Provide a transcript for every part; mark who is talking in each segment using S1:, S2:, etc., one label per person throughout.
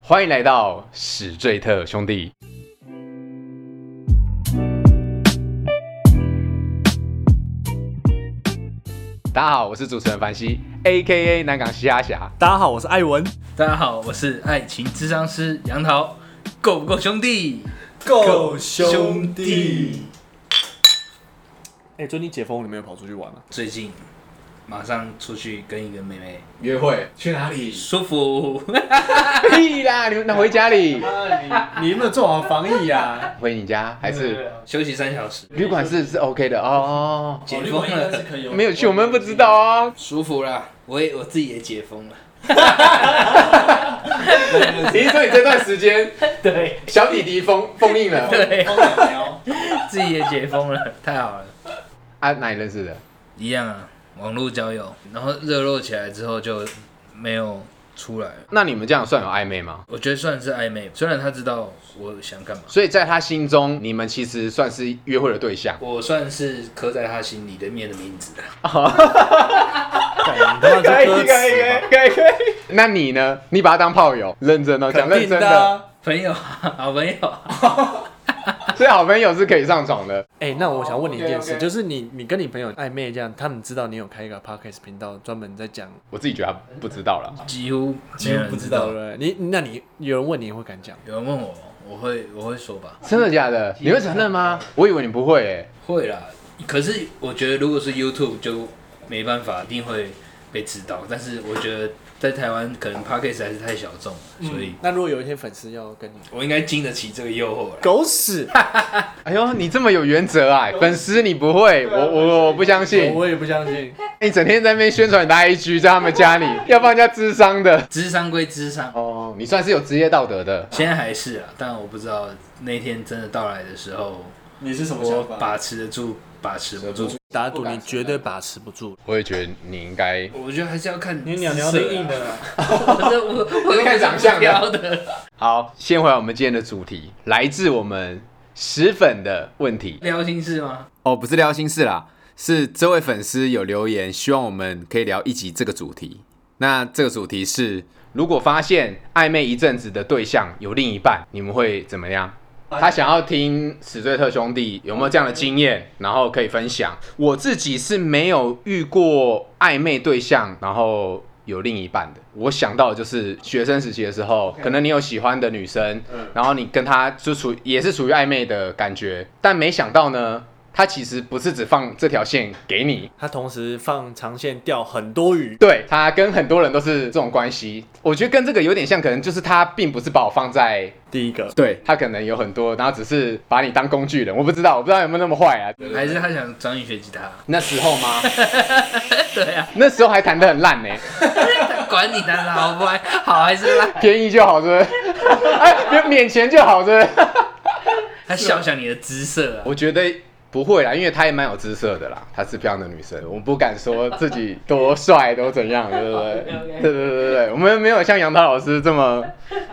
S1: 欢迎来到史最特兄弟。大家好，我是主持人凡西，A.K.A 南港嘻哈侠。
S2: 大家好，我是艾文，
S3: 大家好，我是爱情智商师杨桃，够不够兄弟？
S2: 够
S3: 兄弟。
S2: 哎、最近解封，你们有跑出去玩吗？
S3: 最近马上出去跟一个妹妹
S1: 约会去哪里？
S3: 舒服，
S1: 屁啦！你们回家里，
S2: 你有没有做好防疫啊？
S1: 回你家还是
S3: 休息三小时，
S1: 旅馆是是 OK 的哦。
S3: 解封了，
S1: 没有去，我们不知道啊。
S3: 舒服啦。我也我自己也解封了，
S1: 你是说你这段时间
S3: 对
S1: 小弟弟封封印了
S3: 对，自己也解封了，太好了。
S1: 啊？哪里认识的？
S3: 一样啊，网络交友，然后热络起来之后就没有出来了。
S1: 那你们这样算有暧昧吗？
S3: 我觉得算是暧昧，虽然他知道我想干嘛，
S1: 所以在他心中，你们其实算是约会的对象。
S3: 我算是刻在他心里的面的名字啊。
S2: 干你他妈这歌词吧，
S1: 可以可以。那你呢？你把他当炮友，认真哦，讲
S2: 肯
S1: 认
S2: 定
S1: 真
S2: 的
S1: 的。
S2: 啊。
S3: 朋友啊， 好朋友啊，
S1: 所以好朋友是可以上床的。
S2: 哎、那我想问你一件事
S1: 哦 OK，OK
S2: 就是你你跟你朋友暧昧这样，他们知道你有开一个 podcast 频道，专门在讲，
S1: 我自己觉得他不知道了。
S3: 几乎没有人知
S2: 对
S3: 道
S2: 不。对？你那你有人问你会敢讲？
S3: 有人问我，我会我会说吧，
S1: 真的假的？你会承认吗？我以为你不会欸诶、
S3: 会啦。可是我觉得如果是 YouTube 就没办法，一定会被知道。但是我觉得在台湾可能 Podcast 还是太小众了，所以
S2: 那如果有一天粉丝要跟你
S3: 我应该经得起这个诱惑了。
S2: 狗屎，
S1: 哎呦，你这么有原则啊！粉丝你不会，我我我不相信。
S2: 啊我也不相信。
S1: 你整天在那边宣传你的 IG，在他们家 里，要帮人家智商的。
S3: 智商归智商，
S1: 哦，你算是有职业道德的。
S3: 现在还是啊，但我不知道那天真的到来的时候，
S2: 你是什
S3: 我？把持得住，把持不住。
S2: 打赌你绝对把持不住，
S1: 我也觉得你应该
S3: 我觉得还是要看
S2: 挺
S3: 色啊，
S2: 的啦。
S3: 我是我我
S1: 是看长相的
S3: 挑的，
S1: 好。先回来我们今天的主题，来自我们石粉的问题。
S3: 撩心事吗？
S4: 哦，不是聊心事啦，是这位粉丝有留言，希望我们可以聊一集这个主题。那这个主题是
S1: 如果发现暧昧一阵子的对象有另一半，你们会怎么样？他想要听史最特兄弟有没有这样的经验，然后可以分享。我自己是没有遇过暧昧对象，然后有另一半的。我想到的就是学生时期的时候，可能你有喜欢的女生，然后你跟她就处也是处于暧昧的感觉，但没想到呢，她其实不是只放这条线给你，
S2: 他同时放长线钓很多鱼，
S1: 对他跟很多人都是这种关系，我觉得跟这个有点像，可能就是他并不是把我放在，
S2: 第一个
S4: 对
S1: 他可能有很多，然后只是把你当工具人，我不知道，我不知道有没有那么坏啊。
S3: 还是他想找你学吉他？
S1: 那时候吗？ 对啊，那时候还弹得很烂呢、
S3: 管你弹的好不好，好还是烂，
S1: 便宜就好，是不 是？哎，别免钱就好，是 不是？
S3: 他笑笑你的姿色啊。
S1: 我觉得不会啦，因为她也蛮有姿色的啦，她是漂亮的女生，我不敢说自己多帅多怎样，对 不对？对对对对，我们没有像杨涛老师这么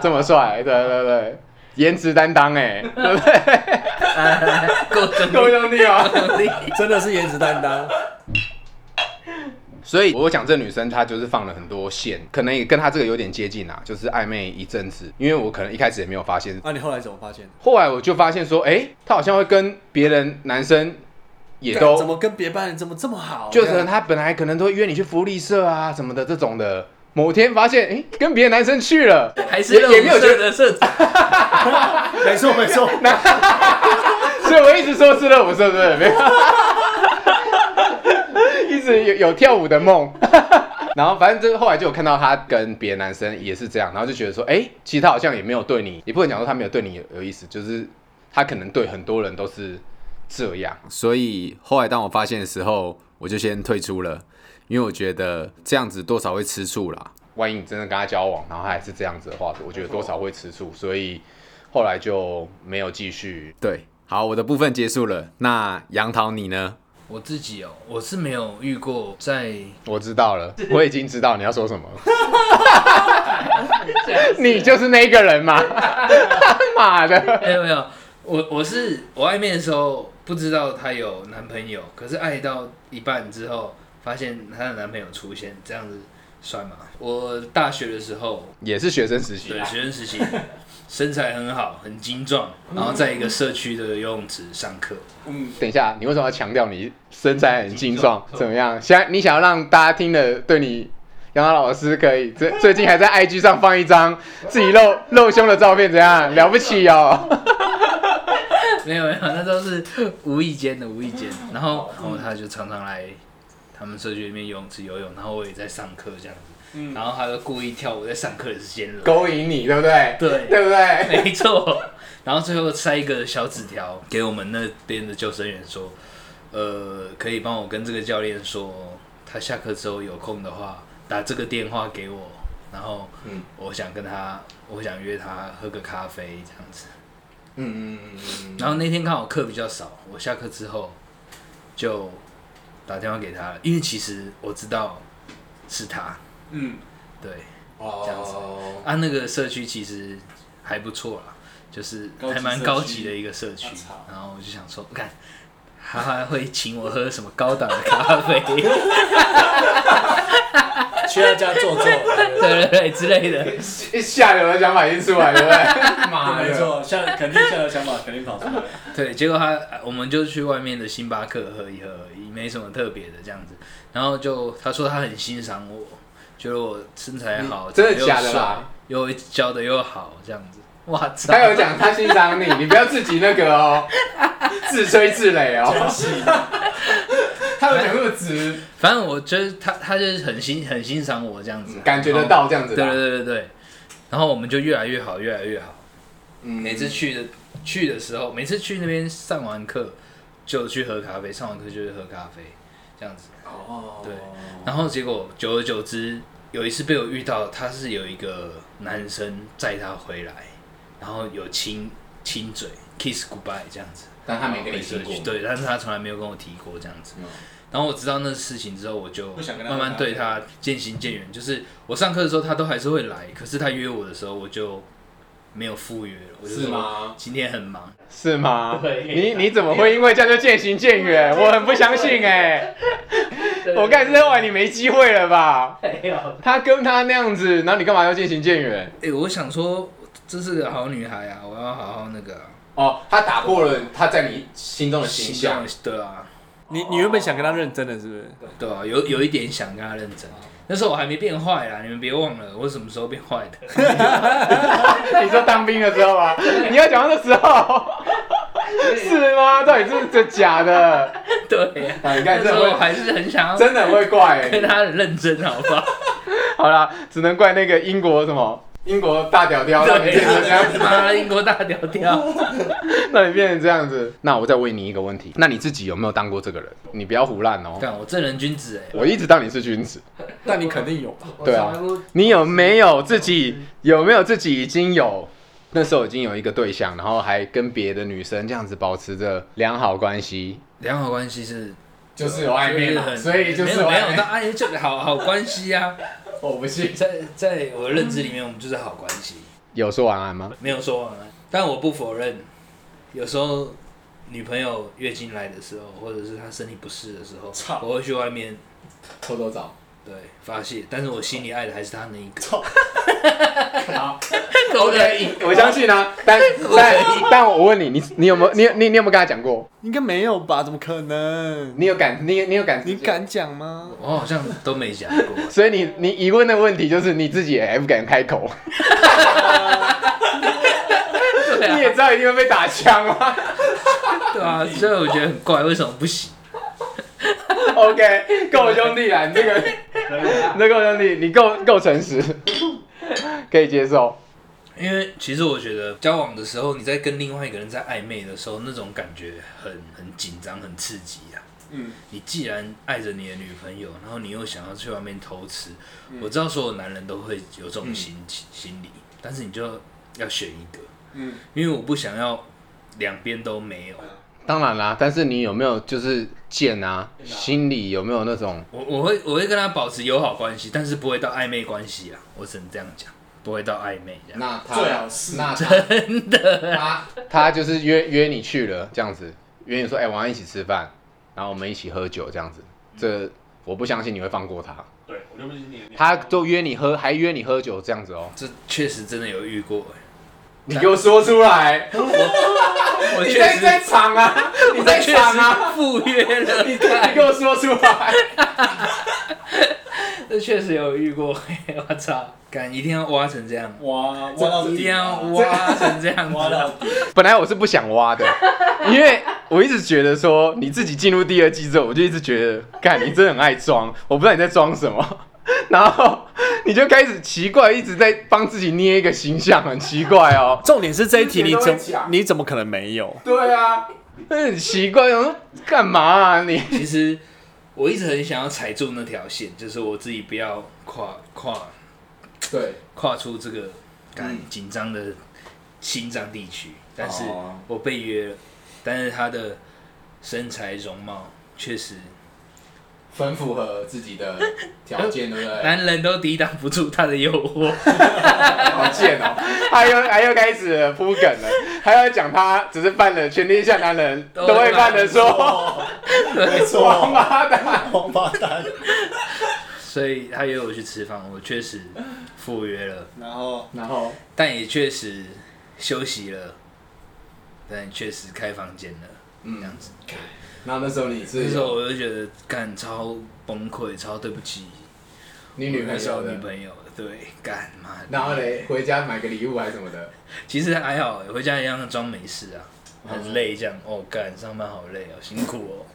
S1: 这么帅，对对对，颜值担当 哎、对不对？
S3: 啊 够兄
S1: 各位
S3: 弟，
S1: 兄弟啊！
S2: 真的是颜值担当。
S1: 所以我讲这女生她就是放了很多线，可能也跟她这个有点接近啊，就是暧昧一阵子。因为我可能一开始也没有发现，
S2: 那、啊你后来怎么发现的？
S1: 后来我就发现说，哎、她好像会跟别人男生也
S2: 干啊怎
S1: 都，
S2: 么跟别班人怎么这么好？啊
S1: 就
S2: 这
S1: 可能
S2: 样
S1: 她本来可能都会约你去福利社啊什么的这种的。某天发现，哎、跟别的男生去了，
S3: 还是
S1: 也
S3: 热
S1: 也没有
S3: 舞
S1: 觉
S3: 社
S1: 得，
S3: 的社长，
S2: 没错没错，
S1: 所以我一直说是热舞社，是不是？没有， 一直有有跳舞的梦。 然后反正就是后来就有看到他跟别的男生也是这样，然后就觉得说，哎，其实他好像也没有对你，也不能讲说他没有对你有有意思，就是他可能对很多人都是这样。
S4: 所以后来当我发现的时候，我就先退出了，因为我觉得这样子多少会吃醋啦。
S1: 万一你真的跟他交往，然后他还是这样子的话，我觉得多少会吃醋，所以后来就没有继续。
S4: 对，好，我的部分结束了。那杨桃你呢？
S3: 我自己哦，我是没有遇过在，
S1: 我知道了，我已经知道你要说什么 了。 你就是那个人嘛， 妈的！
S3: 没有没有，我我是我暧昧的时候不知道她有男朋友，可是爱到一半之后发现她的男朋友出现，这样子算嘛。我大学的时候，
S1: 也是学生实习
S3: 对，学生时期，身材很好，很精壮，然后在一个社区的游泳池上课。
S1: 等一下，你为什么要强调你身材很精壮？怎么样？想你想要让大家听的对你，杨洋老师可以最最近还在 IG 上放一张自己露露胸的照片，怎样？了不起哦！
S3: 没有没有，那都是无意间的，无意间。然后，然后他就常常来他们社区里面游泳池游泳，然后我也在上课这样子，然后他就故意跳我在上课的时间 了。
S1: 勾引你，对不对？
S3: 对
S1: 对不对？
S3: 没错。然后最后塞一个小纸条给我们那边的救生员说，呃，可以帮我跟这个教练说，他下课之后有空的话，打这个电话给我，然后我想跟他，我想约他喝个咖啡这样子。
S1: 嗯嗯嗯嗯
S3: 然后那天刚好课比较少，我下课之后就打电话给他了，因为其实我知道是他，
S2: 嗯，
S3: 对
S1: 哦
S3: 这样子啊，那个社区其实还不错啦，就是
S2: 高级
S3: 还蛮
S2: 社
S3: 高
S2: 区
S3: 级的一个社区
S1: 啊
S2: 我操。
S3: 然后我就想说，看他还会请我喝什么高档的咖啡， 对
S2: 去他家坐坐，对
S3: 对对之类的。
S1: 下流的想法已经出来，对不对？妈
S2: 没
S1: 的！
S2: 错，像肯定像的想法肯定跑出来。
S3: 对，结果他我们就去外面的星巴克喝一喝而已，没什么特别的这样子。然后就他说他很欣赏我，觉得我身材好，
S1: 真的
S3: 长得又
S1: 假的
S3: 帅
S1: 啦？
S3: 又教的又好这样子。哇 操！
S1: 他有讲他欣赏你，你不要自己那个哦，自吹自擂哦。他有讲那么直，
S3: 反正我觉得他他就是很欣很欣赏我这样子，啊
S1: 感觉得到这样子
S3: 然
S1: 吧
S3: 后。对对对对对，然后我们就越来越好，越来越好。
S1: 嗯
S3: 每次去的去的时候，每次去那边上完课就去喝咖啡，上完课就去喝咖啡，这样子。
S2: 哦，
S3: 对然后结果久而久之，有一次被我遇到，他是有一个男生载他回来，然后有亲亲嘴，kiss goodbye 这样子。
S1: 但他没跟你说过
S3: 回社区，对，但是他从来没有跟我提过这样子
S1: 嗯。
S3: 然后我知道那事情之后，我就
S2: 不想跟他
S3: 慢慢对他渐行渐远。就是我上课的时候，他都还是会来，可是他约我的时候，我就没有赴约了。我就说
S1: 是吗？
S3: 今天很忙，
S1: 是吗？你你怎么会因为这样就渐行渐远？我很不相信哎、我干这晚你没机会了吧？
S3: 没有。
S1: 他跟他那样子，然后你干嘛要渐行渐远？
S3: 哎、我想说，这是个好女孩啊，我要好好那个、啊。
S1: 哦，他打破了他在你心中的形象。
S3: 心动，对啊，
S2: 你你原本想跟他认真的，是不是？
S3: 对啊，有有一点想跟他认
S1: 哦
S3: 真。那时候我还没变坏啦，你们别忘了，我什么时候变坏的？
S1: 你说当兵的时候啊，你要讲到那时候，是吗？到底是真假的？
S3: 对啊、
S1: 啊，你
S3: 那
S1: 看
S3: 时
S1: 这
S3: 候我
S1: 会
S3: 还是很想要
S1: 真的很会怪、欸
S3: 跟。他很认真，好不好？
S1: 好啦，只能怪那个英国什么英国大屌屌，让你变成这样
S3: 对，啊妈的英国大屌屌，
S1: 让你变成这样子。那我再问你一个问题，那你自己有没有当过这个人？你不要胡乱哦。
S3: 看我正人君子哎、
S1: 我一直当你是君子，
S2: 但你肯定有吧？
S1: 对啊。你有没有自己有没有自己已经有那时候已经有一个对象，然后还跟别的女生这样子保持着良好关系？
S3: 良好关系是
S1: 就是有暧
S2: 啊
S3: 就是很没有没有，那哎，这个好好关系啊，
S1: 我不信。
S3: 在在我的认知里面，我们就是好关系，
S1: 有说晚安吗？
S3: 没有说完啊。但我不否认，有时候女朋友月经来的时候，或者是她身体不适的时候，
S2: 操
S3: 我会去外面
S1: 偷偷找。
S3: 对发泄，但是我心里爱的还是她那一个。
S2: 好，
S3: 狗的影，
S1: 我相信啊，但但但我问你，你你有没有你你你有没有跟他讲过？
S2: 应该没有吧？怎么可能？
S1: 你有敢你你有敢？
S2: 你？敢讲吗？
S3: 我好像都没讲过。
S1: 所以你你疑问的问题就是你自己也不敢开口，
S3: 对
S1: 你
S3: 啊，
S1: 也知道一定会被打枪啊。
S3: 对啊，所以我觉得很怪，为什么不行？
S1: OK，够兄弟啦，你这个，
S3: 啊
S1: 你这够兄弟，你够够诚实，可以接受。
S3: 因为其实我觉得交往的时候，你在跟另外一个人在暧昧的时候，那种感觉很很紧张、很刺激啊。
S2: 嗯，
S3: 你既然爱着你的女朋友，然后你又想要去外面偷吃，我知道所有男人都会有这种心、心理，但是你就要选一个，
S2: 嗯，
S3: 因为我不想要两边都没有。
S1: 当然啦，但是你有没有就是贱啊？心里有没有那种
S3: 我我会我会跟他保持友好关系，但是不会到暧昧关系啊，我只能这样讲，不会到暧昧这样。
S1: 那
S2: 最好是
S1: 那真的他他就是约约你去了这样子，约你说哎、晚上一起吃饭，然后我们一起喝酒这样子，这我不相信你会放过他。
S5: 对，我就不信你。
S1: 他都约你喝，还约你喝酒这样子哦。
S3: 这确实真的有遇过、欸，
S1: 你给我说出 来，
S3: 我
S1: 你
S3: 确
S1: 在
S3: 实
S1: 在场啊，你
S3: 我
S1: 在
S3: 确
S1: 场啊，
S3: 实赴约了，你
S1: 你给我说出来。
S3: 这确实有遇过， 我操，敢一定要挖成这样，
S5: 挖挖到
S3: 一定
S5: 底
S3: 要
S5: 啊，
S3: 挖成这样
S5: 挖到
S3: 子，
S5: 底。
S1: 本来我是不想挖的，因为我一直觉得说你自己进入第二季之后，我就一直觉得，干你真的很爱装，我不知道你在装什么， 然后你就开始奇怪，一直在帮自己捏一个形象，很奇怪哦，
S2: 重点是这一题你
S5: 之前都
S2: 怎
S5: 会讲
S2: 你怎么可能没有？
S1: 对啊，很奇怪，我说干嘛啊你？
S3: 其实我一直很想要踩住那条线，就是我自己不要跨跨
S1: 对，
S3: 跨出这个感紧张的心脏地区，但是
S5: 哦
S3: 我被约了，但是他的身材容貌确实，
S1: 很符合自己的条件，对不对？
S3: 男人都抵挡不住他的诱惑。
S1: 好贱哦！ 他又他又开始铺梗了，还要讲他只是犯了全天下男人都会犯的错，
S5: 没错，
S1: 哦王八蛋！
S5: 王八蛋。
S3: 所以他约我去吃饭，我确实赴约了，
S5: 然后
S1: 然后
S3: 但也确实休息了，但也确实开房间了，
S1: 嗯
S3: 这样子。
S1: 然后那时候你
S3: 那
S1: 是
S3: 时候我就觉得干超崩溃，超对不起
S1: 你
S3: 我
S1: 女朋
S3: 那时候
S1: 友的
S3: 女，朋友了，对，干嘛？
S1: 然后嘞回家买个礼物还是什么的，
S3: 其实还好，回家一样装没事啊，很累这样。哦，干上班好累哦，辛苦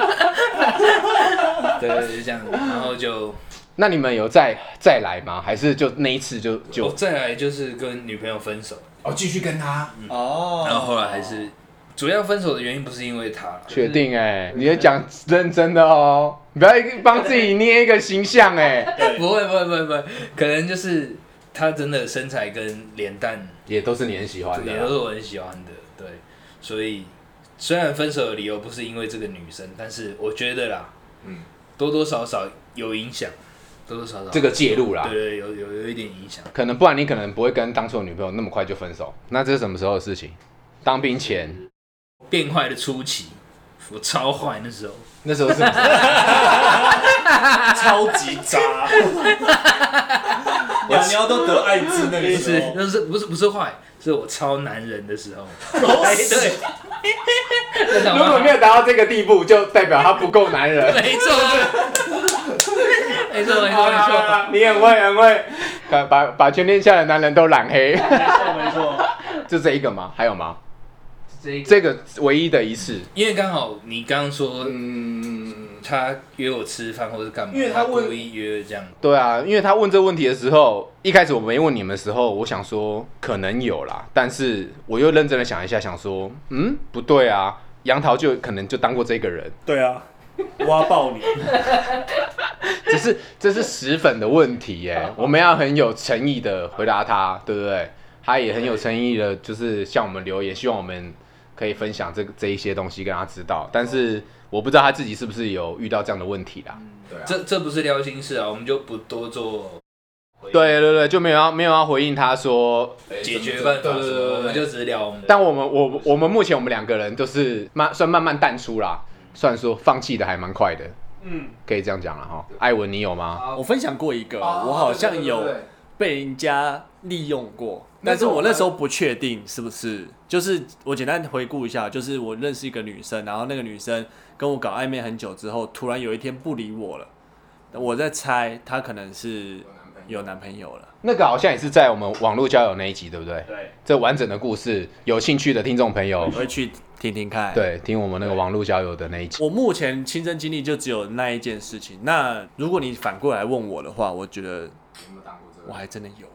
S3: 哦。对，就这样，然后就
S1: 那你们有再再来吗？还是就那一次就就
S3: 哦、再来就是跟女朋友分手，
S1: 哦继续跟他
S5: 哦，
S3: 然后后来还是主要分手的原因不是因为他，
S1: 确定哎、你要讲认真的哦，你不要帮自己捏一个形象哎、
S5: 对，
S3: 不会不会不会不会，可能就是他真的身材跟脸蛋
S1: 也都是你很喜欢啊
S3: 也都是我很喜欢的，对，所以虽然分手的理由不是因为这个女生，但是我觉得啦，
S1: 嗯
S3: 嗯，多多少少有影响，多多少少
S1: 这个介入啦
S3: 对，对，有有有一点影响。
S1: 可能不然你可能不会跟当初的女朋友那么快就分手。那这是什么时候的事情？当兵前，
S3: 变坏的初期，我超坏那时候，
S1: 那时候是
S5: 超级渣。鸟鸟都得艾滋那
S3: 不
S5: 个时
S3: 是
S5: 候，
S3: 那是不是不是坏，是我超男人的时候。
S5: 狗
S3: 哎，
S5: 屎
S3: 对，真的
S1: 如果
S3: 吗
S1: 没？有达到这个地步，就代表他不够男人。
S3: 没错，没错，没错，
S1: 好
S3: 没
S1: 啦好
S3: 错。
S1: 啦你很会很会，把把把全天下的男人都染黑，
S5: 没错没错。
S1: 就这一个吗？还有吗？
S3: 这一个
S1: 这个唯一的一次，
S3: 因为刚好你刚刚说
S1: 嗯，
S3: 他约我吃饭或是干嘛，
S5: 因为他
S3: 他
S5: 问
S3: 故意约这样。
S1: 对啊，因为他问这问题的时候，一开始我没问你们的时候，我想说可能有啦，但是我又认真的想一下，想说，嗯，不对啊，杨桃就可能就当过这个人，
S5: 对啊，挖爆你！
S1: 只是这是石粉的问题耶、我们要很有诚意的回答他，对不对？他也很有诚意的，就是向我们留言，希望我们可以分享这个这一些东西跟他知道。但是我不知道他自己是不是有遇到这样的问题啦。
S3: 这这不是撩心事啊，我们就不多做回
S1: 对对对，就没有要没有要回应他说，
S3: 解决办
S1: 啊
S3: 法什么的，我们就只是聊我们的。
S1: 但我们我我们目前我们两个人都是慢算慢慢淡出啦，算说放弃的还蛮快的，
S5: 嗯，
S1: 可以这样讲了哈。艾文，你有吗？
S2: 我分享过一个，我好像有被人家利用过，但是我那时候不确定是不是。就是我简单回顾一下，就是我认识一个女生，然后那个女生跟我搞暧昧很久之后，突然有一天不理我了。我在猜她可能是有男朋友了。
S1: 那个好像也是在我们网络交友那一集，对不对？
S5: 对，
S1: 这完整的故事，有兴趣的听众朋友
S2: 我，会去听听看。，
S1: 对，听我们那个网络交友的那一集。
S2: 我目前亲身经历就只有那一件事情。那如果你反过来问我的话，我觉得我还真的有、 欸。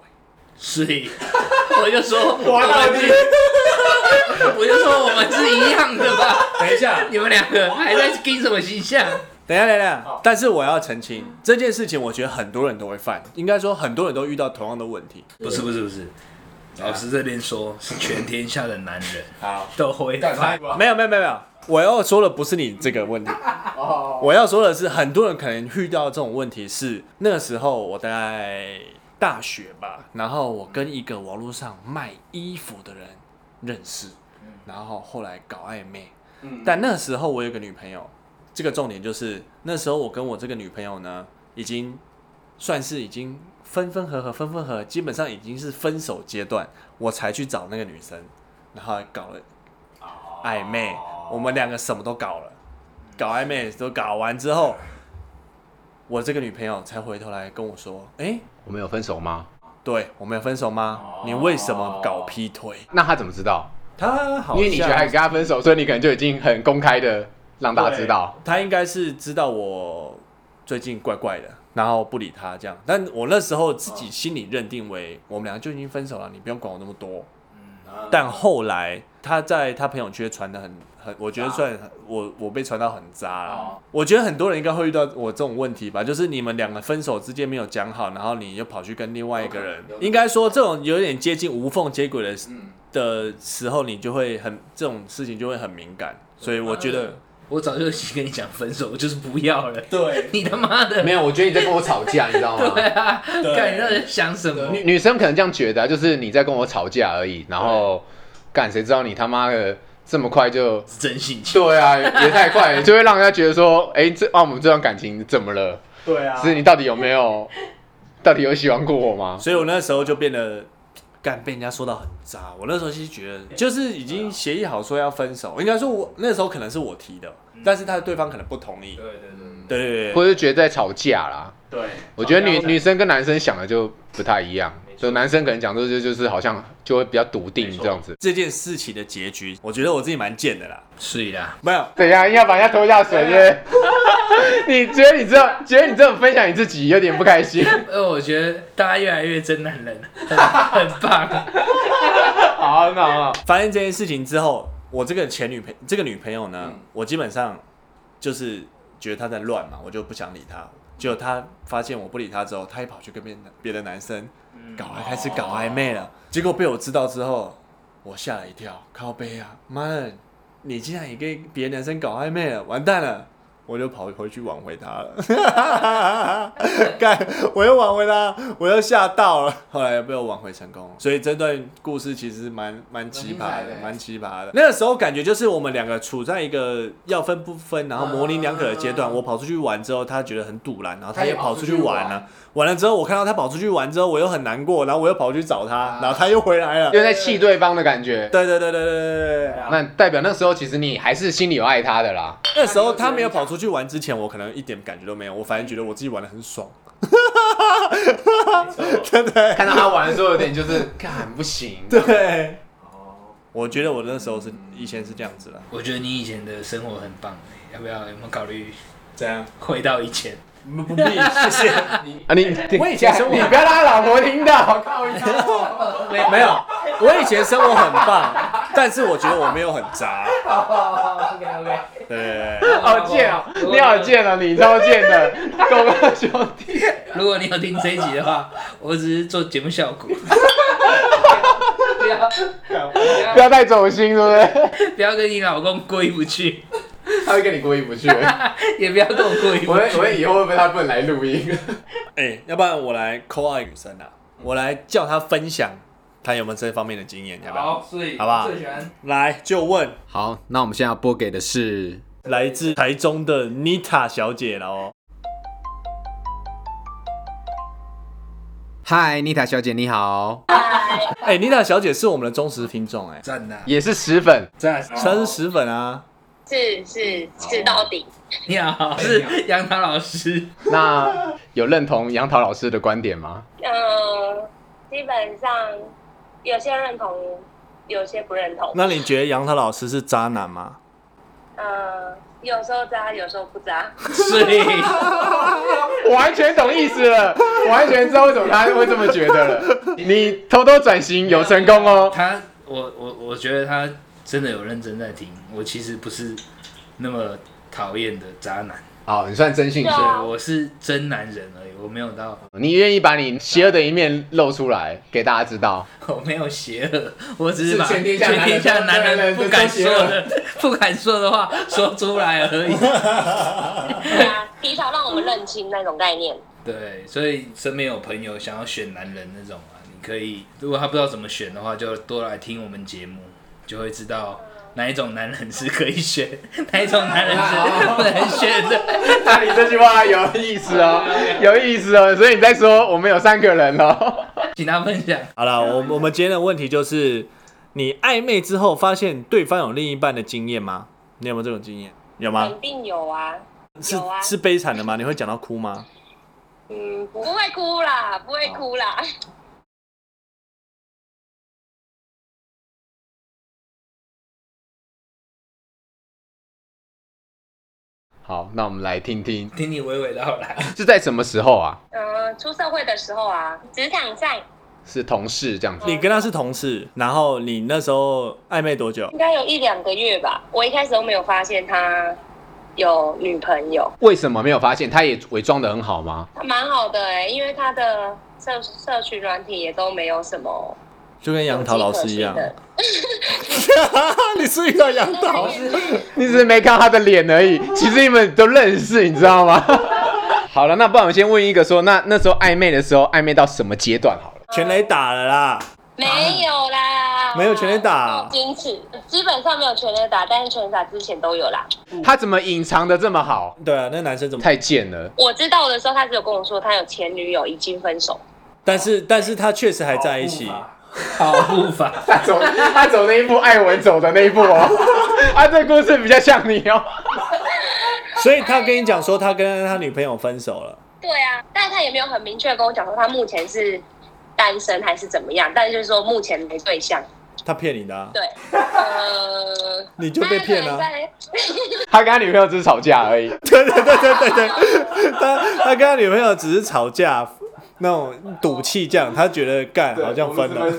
S3: 所以 我就说，我
S1: 挖到
S3: 们是， 我就说我们是一样的吧。
S5: 等一下，
S3: 你们两个还在盯什么形象？
S2: 等一下，等一下，但是我要澄清这件事情，我觉得很多人都会犯，应该说很多人都遇到同样的问题。
S3: 不是不是不是，老师这边说是全天下的男人
S5: 好，
S3: 都会犯。
S2: 没有，没有，没有，没有。我要说的不是你这个问题，我要说的是很多人可能遇到这种问题是那个时候我在大学吧，然后我跟一个网络上卖衣服的人认识，然后后来搞暧昧，但那时候我有个女朋友，这个重点就是那时候我跟我这个女朋友呢，已经算是已经分分合合，分分合合，基本上已经是分手阶段，我才去找那个女生，然后还搞了暧昧，我们两个什么都搞了，搞暧昧都搞完之后，我这个女朋友才回头来跟我说，哎、
S1: 我们有分手吗？
S2: 对我们有分手吗？你为什么搞劈腿？
S1: 那他怎么知道？
S2: 他好像
S1: 哦因为你觉得还跟他分手，所以你可能就已经很公开的让大家知道。
S2: 他应该是知道我最近怪怪的，然后不理他这样。但我那时候自己心里认定为我们俩就已经分手了，你不用管我那么多。但后来他在他朋友圈传的很很，我觉得算很我我被传到很渣了。我觉得很多人应该会遇到我这种问题吧，就是你们两个分手之间没有讲好，然后你又跑去跟另外一个人，应该说这种有点接近无缝接轨的的时候，你就会很这种事情就会很敏感。所以我觉得。
S3: 我早就已经跟你讲分手，我就是不要了。
S5: 对
S3: 你他妈的，
S4: 没有，我觉得你在跟我吵 架，你知道吗？
S3: 干你
S5: 对，
S3: 到底在想什么？
S1: 女女生可能这样觉得啊、就是你在跟我吵架而已，然后干谁知道你他妈的这么快就。
S3: 是真性情。
S1: 对啊，也也太快了， 就会让人家觉得说，哎、这啊，我们这段感情怎么了？
S5: 对啊，
S1: 是你到底有没有，到底有喜欢过我吗？
S2: 所以我那时候就变得干被人家说到很渣。我那时候其实觉得，就是已经协议好说要分手，应该说我那时候可能是我提的，但是他对方可能不同意。
S3: 对对对
S2: 对对对，
S1: 或是觉得在吵架啦？
S5: 对，
S1: 我觉得女
S5: 好像
S1: 女生跟男生想的就不太一样，就男生可能讲这就就是好像就会比较笃定这样子。
S2: 这件事情的结局，我觉得我自己蛮贱的啦。
S3: 是啦，
S2: 没有，
S1: 怎样？硬要把人家拖下水 是不是你觉得你这样，觉得你这种分享你自己有点不开心？
S3: 呃，我觉得大家越来越真男人，很 很棒。
S1: 好，那好，
S2: 发现这件事情之后，我这个前女朋这个女朋友呢，我基本上就是觉得她在乱嘛，我就不想理她。结果她发现我不理她之后，她也跑去跟别的别的男生搞暧，开始搞暧昧了。结果被我知道之后，我吓了一跳，靠背啊，妈的，你竟然也跟别的男生搞暧昧了，完蛋了！我就跑回去挽回他了， 干，我又挽回他，我又吓到了，后来又被我挽回成功了。所以这段故事其实蛮蛮奇葩的，蛮奇葩的。那个时候感觉就是我们两个处在一个要分不分，然后模棱两可的阶段。我跑出去玩之后，他觉得很堵然，然后
S4: 嗯
S2: 他
S4: 他也
S2: 也跑
S4: 跑
S2: 出
S4: 出
S2: 去
S4: 去
S2: 玩
S4: 玩
S2: 了。完了之后，我看到他跑出去玩之后，我又很难过，然后我又跑去找
S4: 啊
S2: 他，然后他又回来了。
S1: 又在气对方的感觉。
S2: 对对对对对对对对。
S1: 那代表那时候其实你还是心里有爱他的啦。
S2: 那时候他没有跑出去玩之前，我可能一点感觉都没有，我反正觉得我自己玩的很 爽。
S1: 看到他玩的时候，有点就是，干不行。
S2: 对，我觉得我那时候是以前是这样子的。
S3: 我觉得你以前的生活很棒，欸要不要？有没有考虑
S2: 这 样？
S3: 回到以前？
S2: 不不必，谢谢。
S1: 啊，你
S2: 我以前生活
S1: 你不要让他老婆听到。
S2: 没有，我以前生活很棒，但是我觉得我没有很渣。对对对，
S1: 好贱哦！你好贱哦！你超贱的，狗哥兄 弟。
S3: 如果你有听这一集的话，我只是做节目效果， 不要
S1: 不要太走心，对不对？
S3: 不要跟你老公过意不去，
S1: 他会跟你过意不去。
S3: 也不要跟我过意不
S1: 我
S3: 去。
S1: 会，我会以后会不会他不能来录音？
S2: 哎、要不然我来扣二女生啊，我来叫她分享她有没有这方面的经验，要不要？
S3: 好，所以
S2: 好不好
S3: 最喜欢
S2: 来，就问
S4: 好，那我们现在要播给的是
S2: 来自台中的妮塔小姐了哦。
S4: 嗨，妮塔小姐你好，
S2: 哎、妮塔小姐是我们的忠实听众哎、
S3: 赞啊的，
S1: 也是十粉，
S3: 赞啊。
S2: 她是石粉啊。
S6: 是是
S2: 哦
S6: 是到底，
S3: 你好，是杨桃老 师。
S1: 那有认同杨桃老师的观点吗？
S6: 嗯、基本上有些认同，有些不认同。
S2: 那你觉得杨涛老师是渣男吗？
S6: 嗯、有时候渣，有时候不渣。
S3: 所以
S1: 我完全懂意思了， 我完全知道为什么他会这么觉得了。 你偷偷转型有成功哦。
S3: 他，我我我觉得他真的有认真在听。我其实不是那么讨厌的渣男，
S1: 好，你算真性
S6: 对
S1: 情，
S6: 啊
S3: 对，我是真男人而已，我没有到，
S1: 你愿意把你邪恶的一面露出来给大家知 道。
S3: 我没有邪恶，我只是
S1: 是
S3: 把
S1: 全天下
S3: 全天下
S1: 男人
S3: 男人
S1: 都
S3: 不敢
S1: 邪
S3: 说
S1: 恶
S3: 的、不敢说的话说出来而已。
S6: 对啊，提早让我们认清那种概念。
S3: 对，所以身边有朋友想要选男人那种啊，你可以，如果他不知道怎么选的话，就多来听我们节目，就会知道哪一种男人是可以选， 哪一种男人是啊不能选的。
S1: 那你这句话有意思哦， 有意思哦，所以你在说我们有三个人哦。
S3: 请他分享。
S2: 好了，我我们今天的问题就是，你暧昧之后发现对方有另一半的经验吗？你有没有这种经验？有吗
S6: 肯？定有啊，
S2: 是
S6: 有啊
S2: 是悲惨的吗？你会讲到哭吗？
S6: 嗯，不会哭啦，不会哭啦。
S1: 好，那我们来听听
S3: 听你娓娓道来，
S1: 是在什么时候啊？
S6: 嗯、出社会的时候啊，职场上
S1: 是同事这样子，
S2: 你跟他是同事，然后你那时候暧昧多久
S6: 应？该有一两个月吧。我一开始都没有发现他有女朋友，
S1: 为什么没有发现？他也伪装的很好吗？
S6: 他蛮好的哎、因为他的社社群软体也都没有什么
S2: 就跟杨桃老师一样
S6: 有，迹
S2: 你是遇到杨
S6: 可
S2: 桃？
S6: 循的。
S1: 你只是没看他的脸而已，其实你们都认识，你知道吗？ 好了，那不然我先问一个说，那那时候暧昧的时候，暧昧到什么阶段好了？
S2: 全雷打了啦，
S6: 没有啦，
S2: 没有全垒打
S6: 仅此，基本上没有全垒打，但是全垒打之前都有啦。
S1: 他怎么隐藏的这么好？
S2: 对啊，那男生怎么？
S1: 太贱了！
S6: 我知道的时候，他只有跟我说他有前女友，已经分手。
S2: 但是但是他确实还在一起，
S3: 好步伐。
S1: 他走，他走那一步，艾文走的那一步哦。 啊，这故事比较像你 哦。
S2: 所以他跟你讲说他跟他女朋友分手了，
S6: 对啊，但他也没有很明确地跟我讲说他目前是单身还是怎么样，但是就是说目前没对象。
S2: 他骗你的、啊，
S6: 对，呃，
S2: 你就被骗 了啊
S6: 他可能在
S1: 他跟他女朋友只是吵架而已。
S2: 对对对对对对，他他跟他女朋友只是吵架，那种赌气这样，他觉得干好像分了，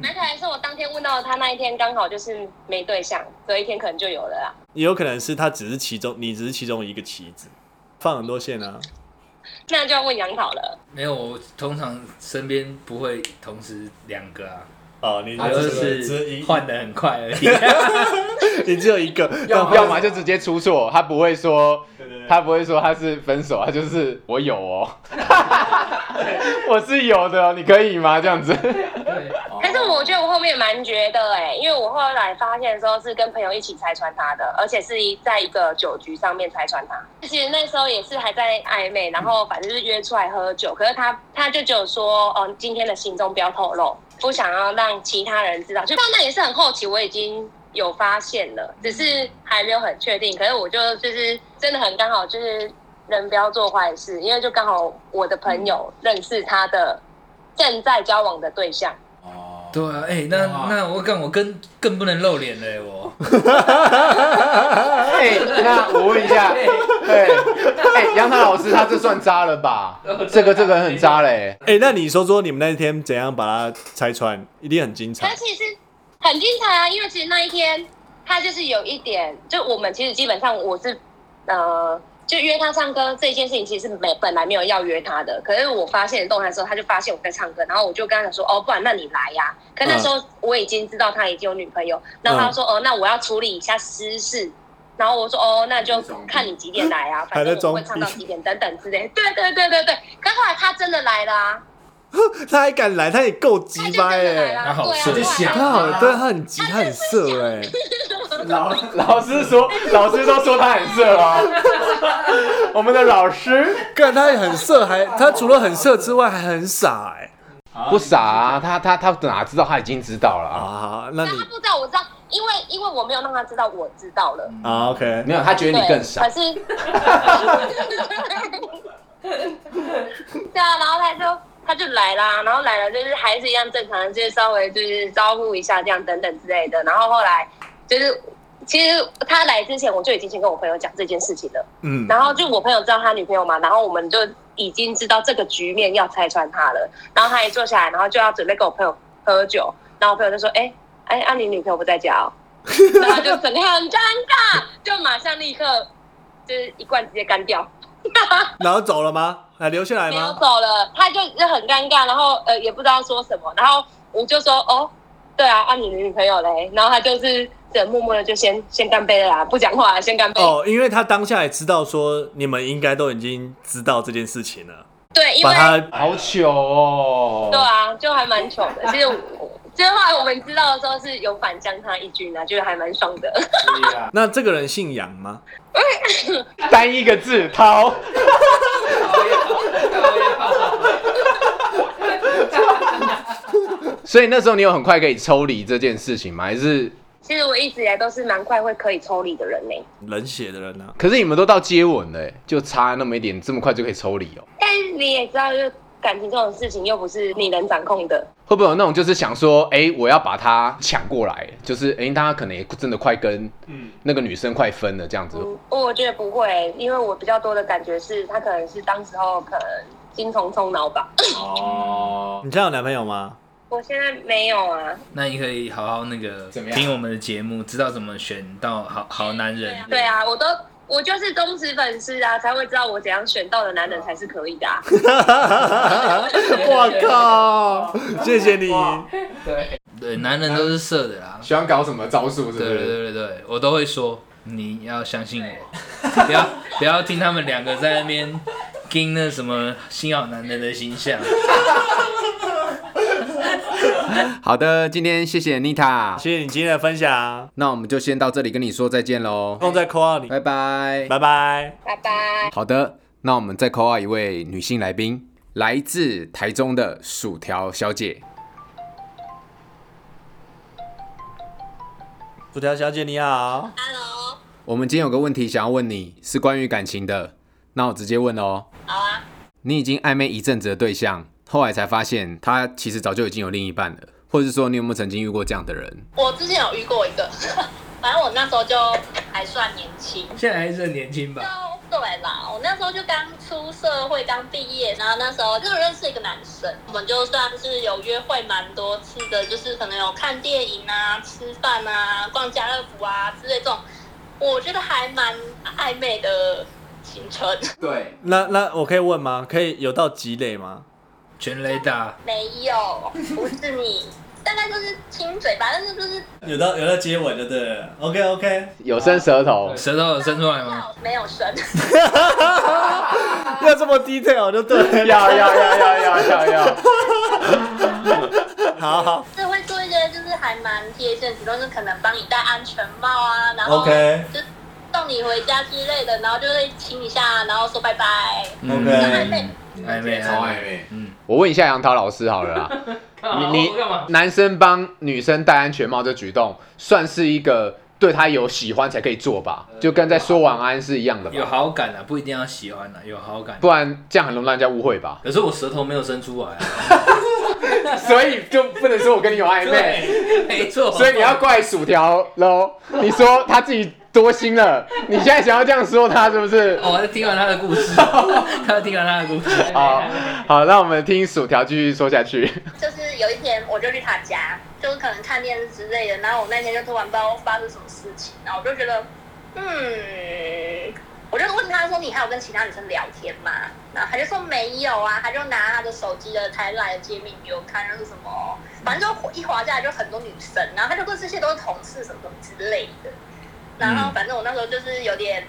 S6: 那可能是我当天问到他那一天刚好就是没对象，隔一天可能就有了啦。
S2: 也有可能是他只是其中，你只是其中一个棋子，放很多线啊。
S6: 那就要问杨桃了。
S3: 没有，我通常身边不会同时两个啊，
S2: 哦，你
S3: 我
S2: 就
S3: 就是
S2: 只一
S3: 是，换的很快而已。
S2: 你只有一个，
S1: 要 要么就直接出错，他不会说，
S5: 对对对
S1: 他不会说他是分手，他就是我有 哦，我是有的哦，你可以吗？这样子，
S6: 但是我觉得我后面蛮觉得哎、因为我后来发现的时候是跟朋友一起拆穿他的，而且是一在一个酒局上面拆穿他。其实那时候也是还在暧昧，然后反正就是约出来喝酒，可是他他就只有说，哦，今天的行踪不要透露，不想要让其他人知道。就当然也是很好奇，我已经。有发现了，只是还没有很确定。可是我就就是真的很刚好，就是人不要做坏事，因为就刚好我的朋友认识他的正在交往的对象，
S1: 哦
S3: 对啊，哎、那那我干，我更更不能露脸了、欸，我。
S1: 哎、那我问一下， 对，哎、杨涛老师，他这算渣了吧？
S5: 呃
S1: 这个这个很渣嘞、
S2: 哎、那你说说你们那天怎样把它拆穿，一定很精彩
S6: 但。其实很精彩啊，因为其实那一天他就是有一点，就我们其实基本上我是呃，就约他唱歌这一件事情，其实是没本来没有要约他的，可是我发现动态之后，他就发现我在唱歌，然后我就跟他讲说，哦，不然那你来呀、可那时候我已经知道他已经有女朋友，然后他说，哦，那我要处理一下私事。然后我说哦，那就看你几点来啊，
S2: 还
S6: 反
S2: 在
S6: 正
S2: 装
S6: 我
S2: 逼
S6: 会唱到几点等等之类。对对对对对，可是后来他真的来了啊，
S2: 他还敢来，他也够
S6: 他
S2: 鸡
S6: 就真
S2: 巴
S6: 的来
S2: 哎、
S6: 了啊，
S3: 他好
S6: 对啊
S3: 色
S6: 后来
S3: 相
S2: 他好，对，他很急，他很色哎、
S1: 老老师说，老师都说他很色哦。我们的老师
S2: 干他也很色，还他除了很色之外还很傻哎、
S1: 不傻啊，他他他哪知道他已经知道了啊？
S2: 啊，那
S6: 但
S2: 你
S6: 他不知道，我知道，因为因为我没有让他知道我知道了。
S2: 啊，OK，
S1: 没有，他觉得你更傻
S6: 可。是，对啊，然后他就他就来啦，然后来了就是还是一样正常的，就是稍微就是招呼一下这样等等之类的。然后后来就是，其实他来之前我就已经先跟我朋友讲这件事情了。
S2: 嗯，
S6: 然后就我朋友知道他女朋友嘛，然后我们就已经知道这个局面要拆穿他了。然后他一坐下来，然后就要准备跟我朋友喝酒，然后我朋友就说：“哎、哎，啊你女朋友不在家哦。” 然后就整个很尴尬，就马上立刻就是一罐直接干掉，
S2: 然后走了吗？还留下来
S6: 没有
S2: 吗？
S6: 走了。他就就很尴尬，然后呃也不知道说什么，然后我就说：“哦，对啊，啊你女朋友嘞？”然后他就是只默默的就先先干杯了啦，不讲话了，先干杯。
S2: 哦，因为他当下也知道说你们应该都已经知道这件事情了，
S6: 对，因
S2: 把
S6: 为
S2: 他
S1: 好糗哦。
S6: 对啊，就还蛮糗的。其实我
S7: 就是后来我们知道的时候是有反将他一军啊，觉得还蛮爽的。
S5: 对呀，
S2: 那这个人姓杨吗？
S1: 单一个字涛，所以那时候你有很快可以抽离这件事情吗？还是
S7: 其实我一直以来都是蛮快会可以抽离的人呢、
S2: 冷血的人啊呢、
S1: 可是你们都到接吻了、欸，就差那么一点，这么快就可以抽离哦、
S7: 但是你也知道，就感情这种事情又不是你能掌控的。
S1: 会不会有那种就是想说，哎、我要把他抢过来，就是哎、大家可能也真的快跟
S5: 嗯，
S1: 那个女生快分了这样子，
S7: 嗯，我觉得不会，因为我比较多的感觉是他可能是当时候可能精虫充脑吧。
S5: 哦，
S2: 你现在有男朋友 吗？
S7: 我现在没有啊，
S3: 那你可以好好那个
S1: 怎么样
S3: 听我们的节目，知道怎么选到好好男人。
S7: 对啊，我都。我就是忠实粉丝啊，才会知道我怎样选到的男人才是可以的、 啊。
S2: 我靠！谢谢你，
S3: 对，男人都是色的啦。
S1: 喜欢搞什么招数是
S3: 对对？对对对，我都会说，你要相信我，不要不要听他们两个在那边盯那什么新好男人的形象。
S8: 好的，今天谢谢 Nita，
S2: 谢谢你今天的分享，
S8: 那我们就先到这里跟你说再见喽，
S2: 用在 call 你，
S8: 拜拜。
S2: 拜拜。
S7: 拜拜。
S8: 好的，那我们再 call out 一位女性来宾，来自台中的薯条小姐。
S2: 薯条小姐你好，
S7: Hello，
S8: 我们今天有个问题想要问你，是关于感情的，那我直接问哦。
S7: 好啊。
S8: 你已经暧昧一阵子的对象，后来才发现他其实早就已经有另一半了，或者是说你有没有曾经遇过这样的人？
S6: 我之前有遇过一个， 反正我那时候就还算年轻。
S3: 现在还是很年轻
S6: 就
S3: 吧？
S6: 对啦，我那时候就刚出社会，刚毕业，然后那时候就认识一个男生，我们就算是有约会蛮多次的，就是可能有看电影啊、吃饭啊、逛家乐福啊之类这种，我觉得还蛮暧昧的行程。
S8: 对，
S2: 那那我可以问吗？可以有到积累吗？
S3: 全雷达，
S6: 没有，不是你，大概就是亲嘴吧，但是就是
S2: 有到有到接吻就对了。OK OK，
S1: 有伸舌头，
S3: 舌头有伸出来吗？
S6: 没有生。
S2: 要这么 detail 就对了。
S1: 要要要要要要要，
S2: 好好
S6: 是会做一些就是还蛮贴心的举动，就是可能帮你戴安全帽啊，然后
S2: ，OK
S6: 就送你回家之类的，然后就会亲一下，然后说拜拜。
S3: 嗯
S2: OK
S6: 暧昧
S3: 暧昧，
S8: 超
S3: 暧
S8: 暧
S3: 昧。
S8: 昧。
S3: 嗯，
S1: 我问一下杨桃老师好了啦， 你你男生帮女生戴安全帽这举动，算是一个对她有喜欢才可以做吧？就跟在说晚安是一样的
S3: 有
S1: 吧？
S3: 好感啊，不一定要喜欢啊，有好感。
S1: 不然这样很容易让人家误会吧？
S3: 可是我舌头没有伸出来啊。
S1: 所以就不能说我跟你有暧昧，
S3: 对，没错。
S1: 所以你要怪薯条喽。你说他自己多心了，你现在想要这样说他是不是？
S3: 哦，我要听完他的故事，他要听完他的故事。
S1: 好，好，那我们听薯条继续说下去。
S6: 就是有一天我就去他家，就是可能看电视之类的，然后我那天就突然不知道发生什么事情，然后我就觉得，嗯，我就问他说你还有跟其他女生聊天吗？然后他就说没有啊，他就拿他的手机的台来的界面给我看，就是什么，反正就一滑下来就很多女生，然后他就说这些都是同事什么什么之类的，然后反正我那时候就是有点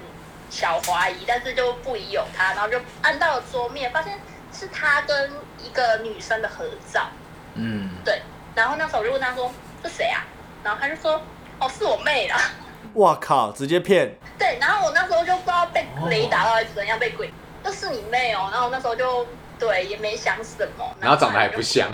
S6: 小怀疑，但是就不疑有他，然后就按到了桌面，发现是他跟一个女生的合照。
S3: 嗯，
S6: 然后那时候我就问他说：“是谁啊？”然后他就说：“哦，是我妹啦。
S2: 哇靠，直接骗，”
S6: 对，然后我那时候就不知道被
S1: 哦
S6: 雷打到还是怎样被鬼，就是你妹哦。然后我那时候就对也没想什么，
S1: 然后长得还
S6: 后
S1: 不像，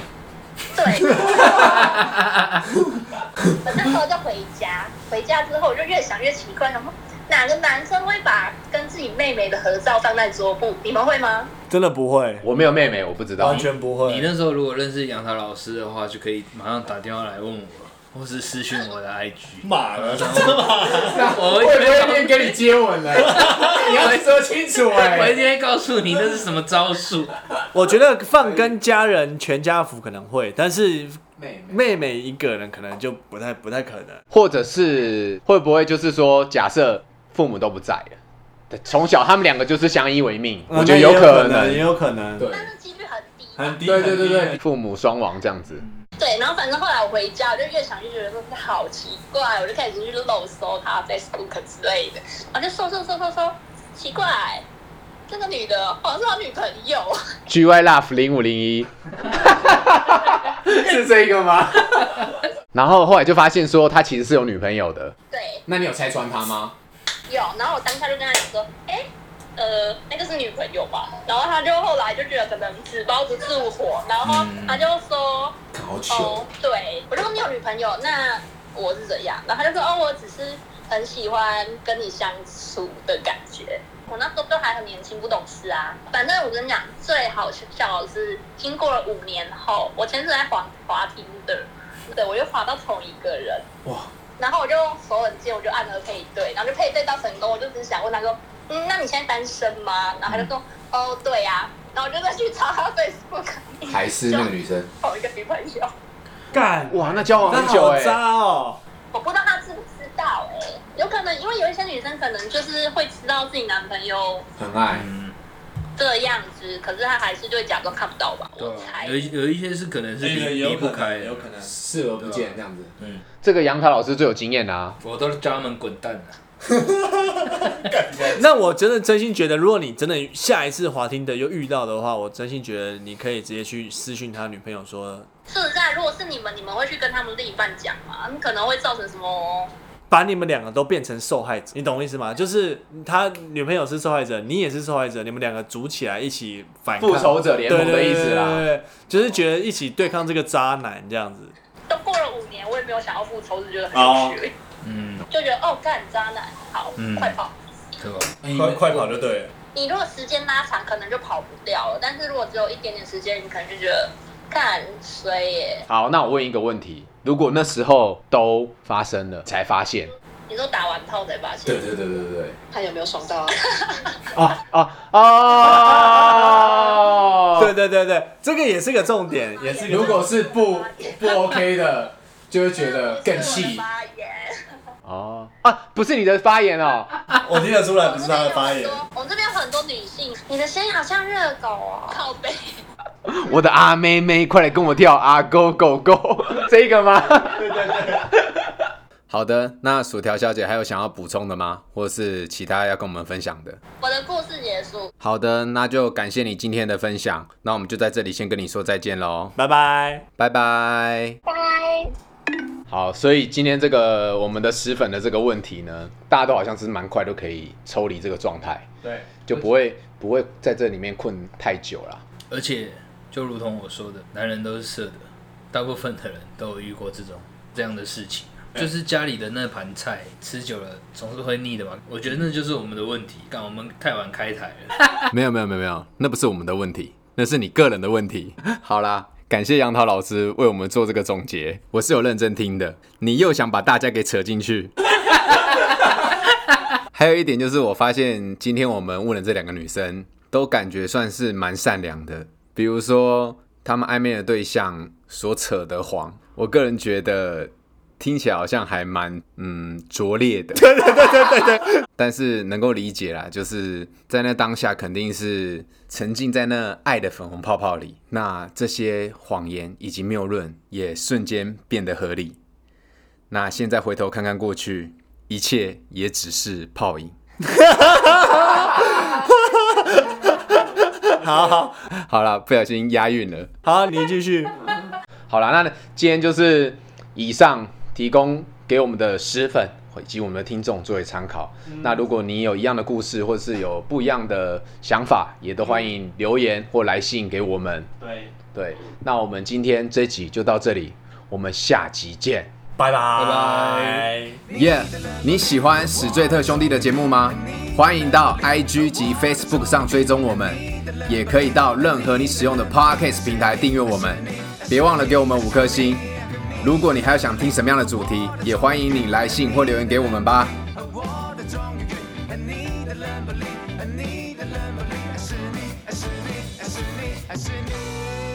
S6: 来就对。 我那时候就回家，回家之后我就越想越奇怪，想说哪个男生会把跟自己妹妹的合照放在桌布？你们会吗？
S2: 真的不会，
S1: 我没有妹妹，我不知道
S2: 完。全不会。
S3: 你那时候如果认识杨桃老师的话，就可以马上打电话来问我，或是私讯我的 IG。
S5: 骂了，
S3: 我
S1: 我
S3: 会
S1: 以为会跟 你接吻了，你要说清楚
S5: 欸
S3: 我
S1: 哎、
S3: 今天告诉你那是什么招数。
S2: 我觉得放跟家人全家福可能会，但是
S1: 妹妹，
S2: 妹妹一个人可能就不太不太可能。
S1: 或者是会不会就是说，假设父母都不在了，对从小他们两个就是相依为命，我觉得
S2: 嗯那也有
S1: 可
S2: 能，也
S1: 能。
S2: 有可能。
S1: 对
S6: 但是几率很低吧。
S5: 很低，
S1: 对对对
S5: 很
S1: 对，
S5: 低，
S1: 父母双亡这样子，
S6: 对，然后反正后来我回家，我就越想越觉得说好奇怪，我就开始去漏搜他 Facebook 之类的，然后就搜搜搜搜搜，奇怪，这个女的好像是他女朋友，
S1: G Y Love 零五零一，是这个吗？
S9: 然后后来就发现说他其实是有女朋友的。
S6: 对，
S1: 那你有拆穿他吗？
S6: 有。然后我当下就跟他讲说，哎、呃，那个是女朋友吧？然后他就后来就觉得可能纸包不住火，然后他就说，
S5: 好
S6: 哦，对，我就说你有女朋友，那我是怎样？然后他就说，哦，我只是很喜欢跟你相处的感觉。我那时候都还很年轻，不懂事啊。反正我跟你讲，最好笑的是，经过了五年后，我前阵子在滑滑听的，对，我就滑到同一个人，
S5: 哇！
S6: 然后我就所有人接，我就按了配对，然后就配对到成功，我就只是想问他说，嗯，那你现在单身吗？然后他就说，哦，对呀、然后我就再去查他 Facebook，
S1: 还是那个女生？
S6: 同一个女朋友。
S5: 干，
S9: 哇，那交往
S2: 那
S9: 很久
S2: 好
S9: 哎、
S2: 渣哦！
S6: 我不知道她知不知道哎、有可能因为有一些女生可能就是会知道自己男朋友
S1: 很爱，
S3: 嗯，
S6: 这样子，可是她还是就会假装看不到吧，
S3: 对
S6: 我
S3: 啊，
S6: 猜
S3: 有。一有一些是可欸能是离离
S5: 有
S3: 不
S5: 可
S3: 开
S5: 能，
S3: 的，
S5: 有可能。
S1: 视而不见这样子。
S3: 嗯，
S9: 这个杨桃老师最有经验啊。
S3: 我都叫他们滚蛋了。
S2: 那我真的真心觉得，如果你真的下一次滑听的又遇到的话，我真心觉得你可以直接去私讯他女朋友说，
S6: 说实在，如果是你们，你们会去跟他们另一半讲吗？你可能会造成什么？
S2: 把你们两个都变成受害者，你懂我意思吗？就是他女朋友是受害者，你也是受害者，你们两个组起来一起反抗
S9: 复仇者联
S2: 对
S9: 盟
S2: 对
S9: 的
S2: 对
S9: 意思
S2: 对
S9: 啦。
S2: 对对就是觉得一起对抗这个渣男这样子。
S6: 都过了五年，我也没有想要复仇，只觉得很
S5: 哦
S6: 有趣，
S3: 嗯，
S6: 就觉得哦，干渣男，好，
S3: 嗯
S6: 快跑！
S3: 对吧？
S5: 快快跑就对了。
S6: 你如果时间拉长，可能就跑不掉了。但是如果只有一点点时间，你可能就觉得干衰耶。
S9: 好，那我问一个问题：如果那时候都发生了才发现，
S6: 你说打完炮才发现，
S1: 对对对对
S10: 看有没有爽到啊？
S9: 啊啊啊！
S2: 对，对对对，这个也是个重点，也是
S1: 对，
S2: 个
S1: 如果是不不 OK 的，就会觉得更
S6: 这是我的
S1: 气。
S6: 发言。
S9: 哦啊，不是你的发言哦，
S5: 我听得出来，不是他的
S6: 我
S5: 发
S6: 们这边
S5: 言
S6: 有。很多，我们这边有很多女性，你的声音好像热狗哦，靠背。
S9: 我的阿妹妹，快来跟我跳阿狗狗狗， 这个吗？
S1: 好的，那薯条小姐还有想要补充的吗？或是其他要跟我们分享的？
S6: 我的故事结束，
S1: 好的，那就感谢你今天的分享，那我们就在这里先跟你说再见喽，
S2: 拜拜。
S1: 拜拜。
S6: 拜。
S9: 好，所以今天这个我们的食粉的这个问题呢，大家都好像是蛮快都可以抽离这个状态，
S5: 对，
S9: 就不会不会在这里面困太久了。
S3: 而且就如同我说的，男人都是色的，大部分的人都有遇过这种这样的事情。就是家里的那盘菜吃久了总是会腻的嘛，我觉得那就是我们的问题，干我们太晚开台了。
S1: 没有没有没有没有，那不是我们的问题，那是你个人的问题。 好啦，感谢杨桃老师为我们做这个总结，我是有认真听的。你又想把大家给扯进去。 还有一点就是，我发现今天我们问的这两个女生，都感觉算是蛮善良的。比如说，她们暧昧的对象所扯的谎，我个人觉得听起来好像还蛮嗯拙劣的。但是能够理解啦，就是在那当下肯定是沉浸在那爱的粉红泡泡里，那这些谎言以及谬论也瞬间变得合理。那现在回头看看过去，一切也只是泡影。
S2: 好好
S1: 好啦，不小心押韵了。
S2: 好，你继续。
S9: 好啦，那今天就是以上提供给我们的食粉以及我们的听众作为参考。那如果你有一样的故事，或是有不一样的想法，也都欢迎留言或来信给我们。
S5: 对，
S9: 对，那我们今天这集就到这里，我们下集见。
S5: 拜拜
S3: 拜。
S1: 耶、你喜欢史最特兄弟的节目吗？欢迎到 IG 及 Facebook 上追踪我们，也可以到任何你使用的 Podcast 平台订阅我们。别忘了给我们五颗星。如果你还有想听什么样的主题，也欢迎你来信或留言给我们吧。
S11: I see me, I see me, I see me, I see me.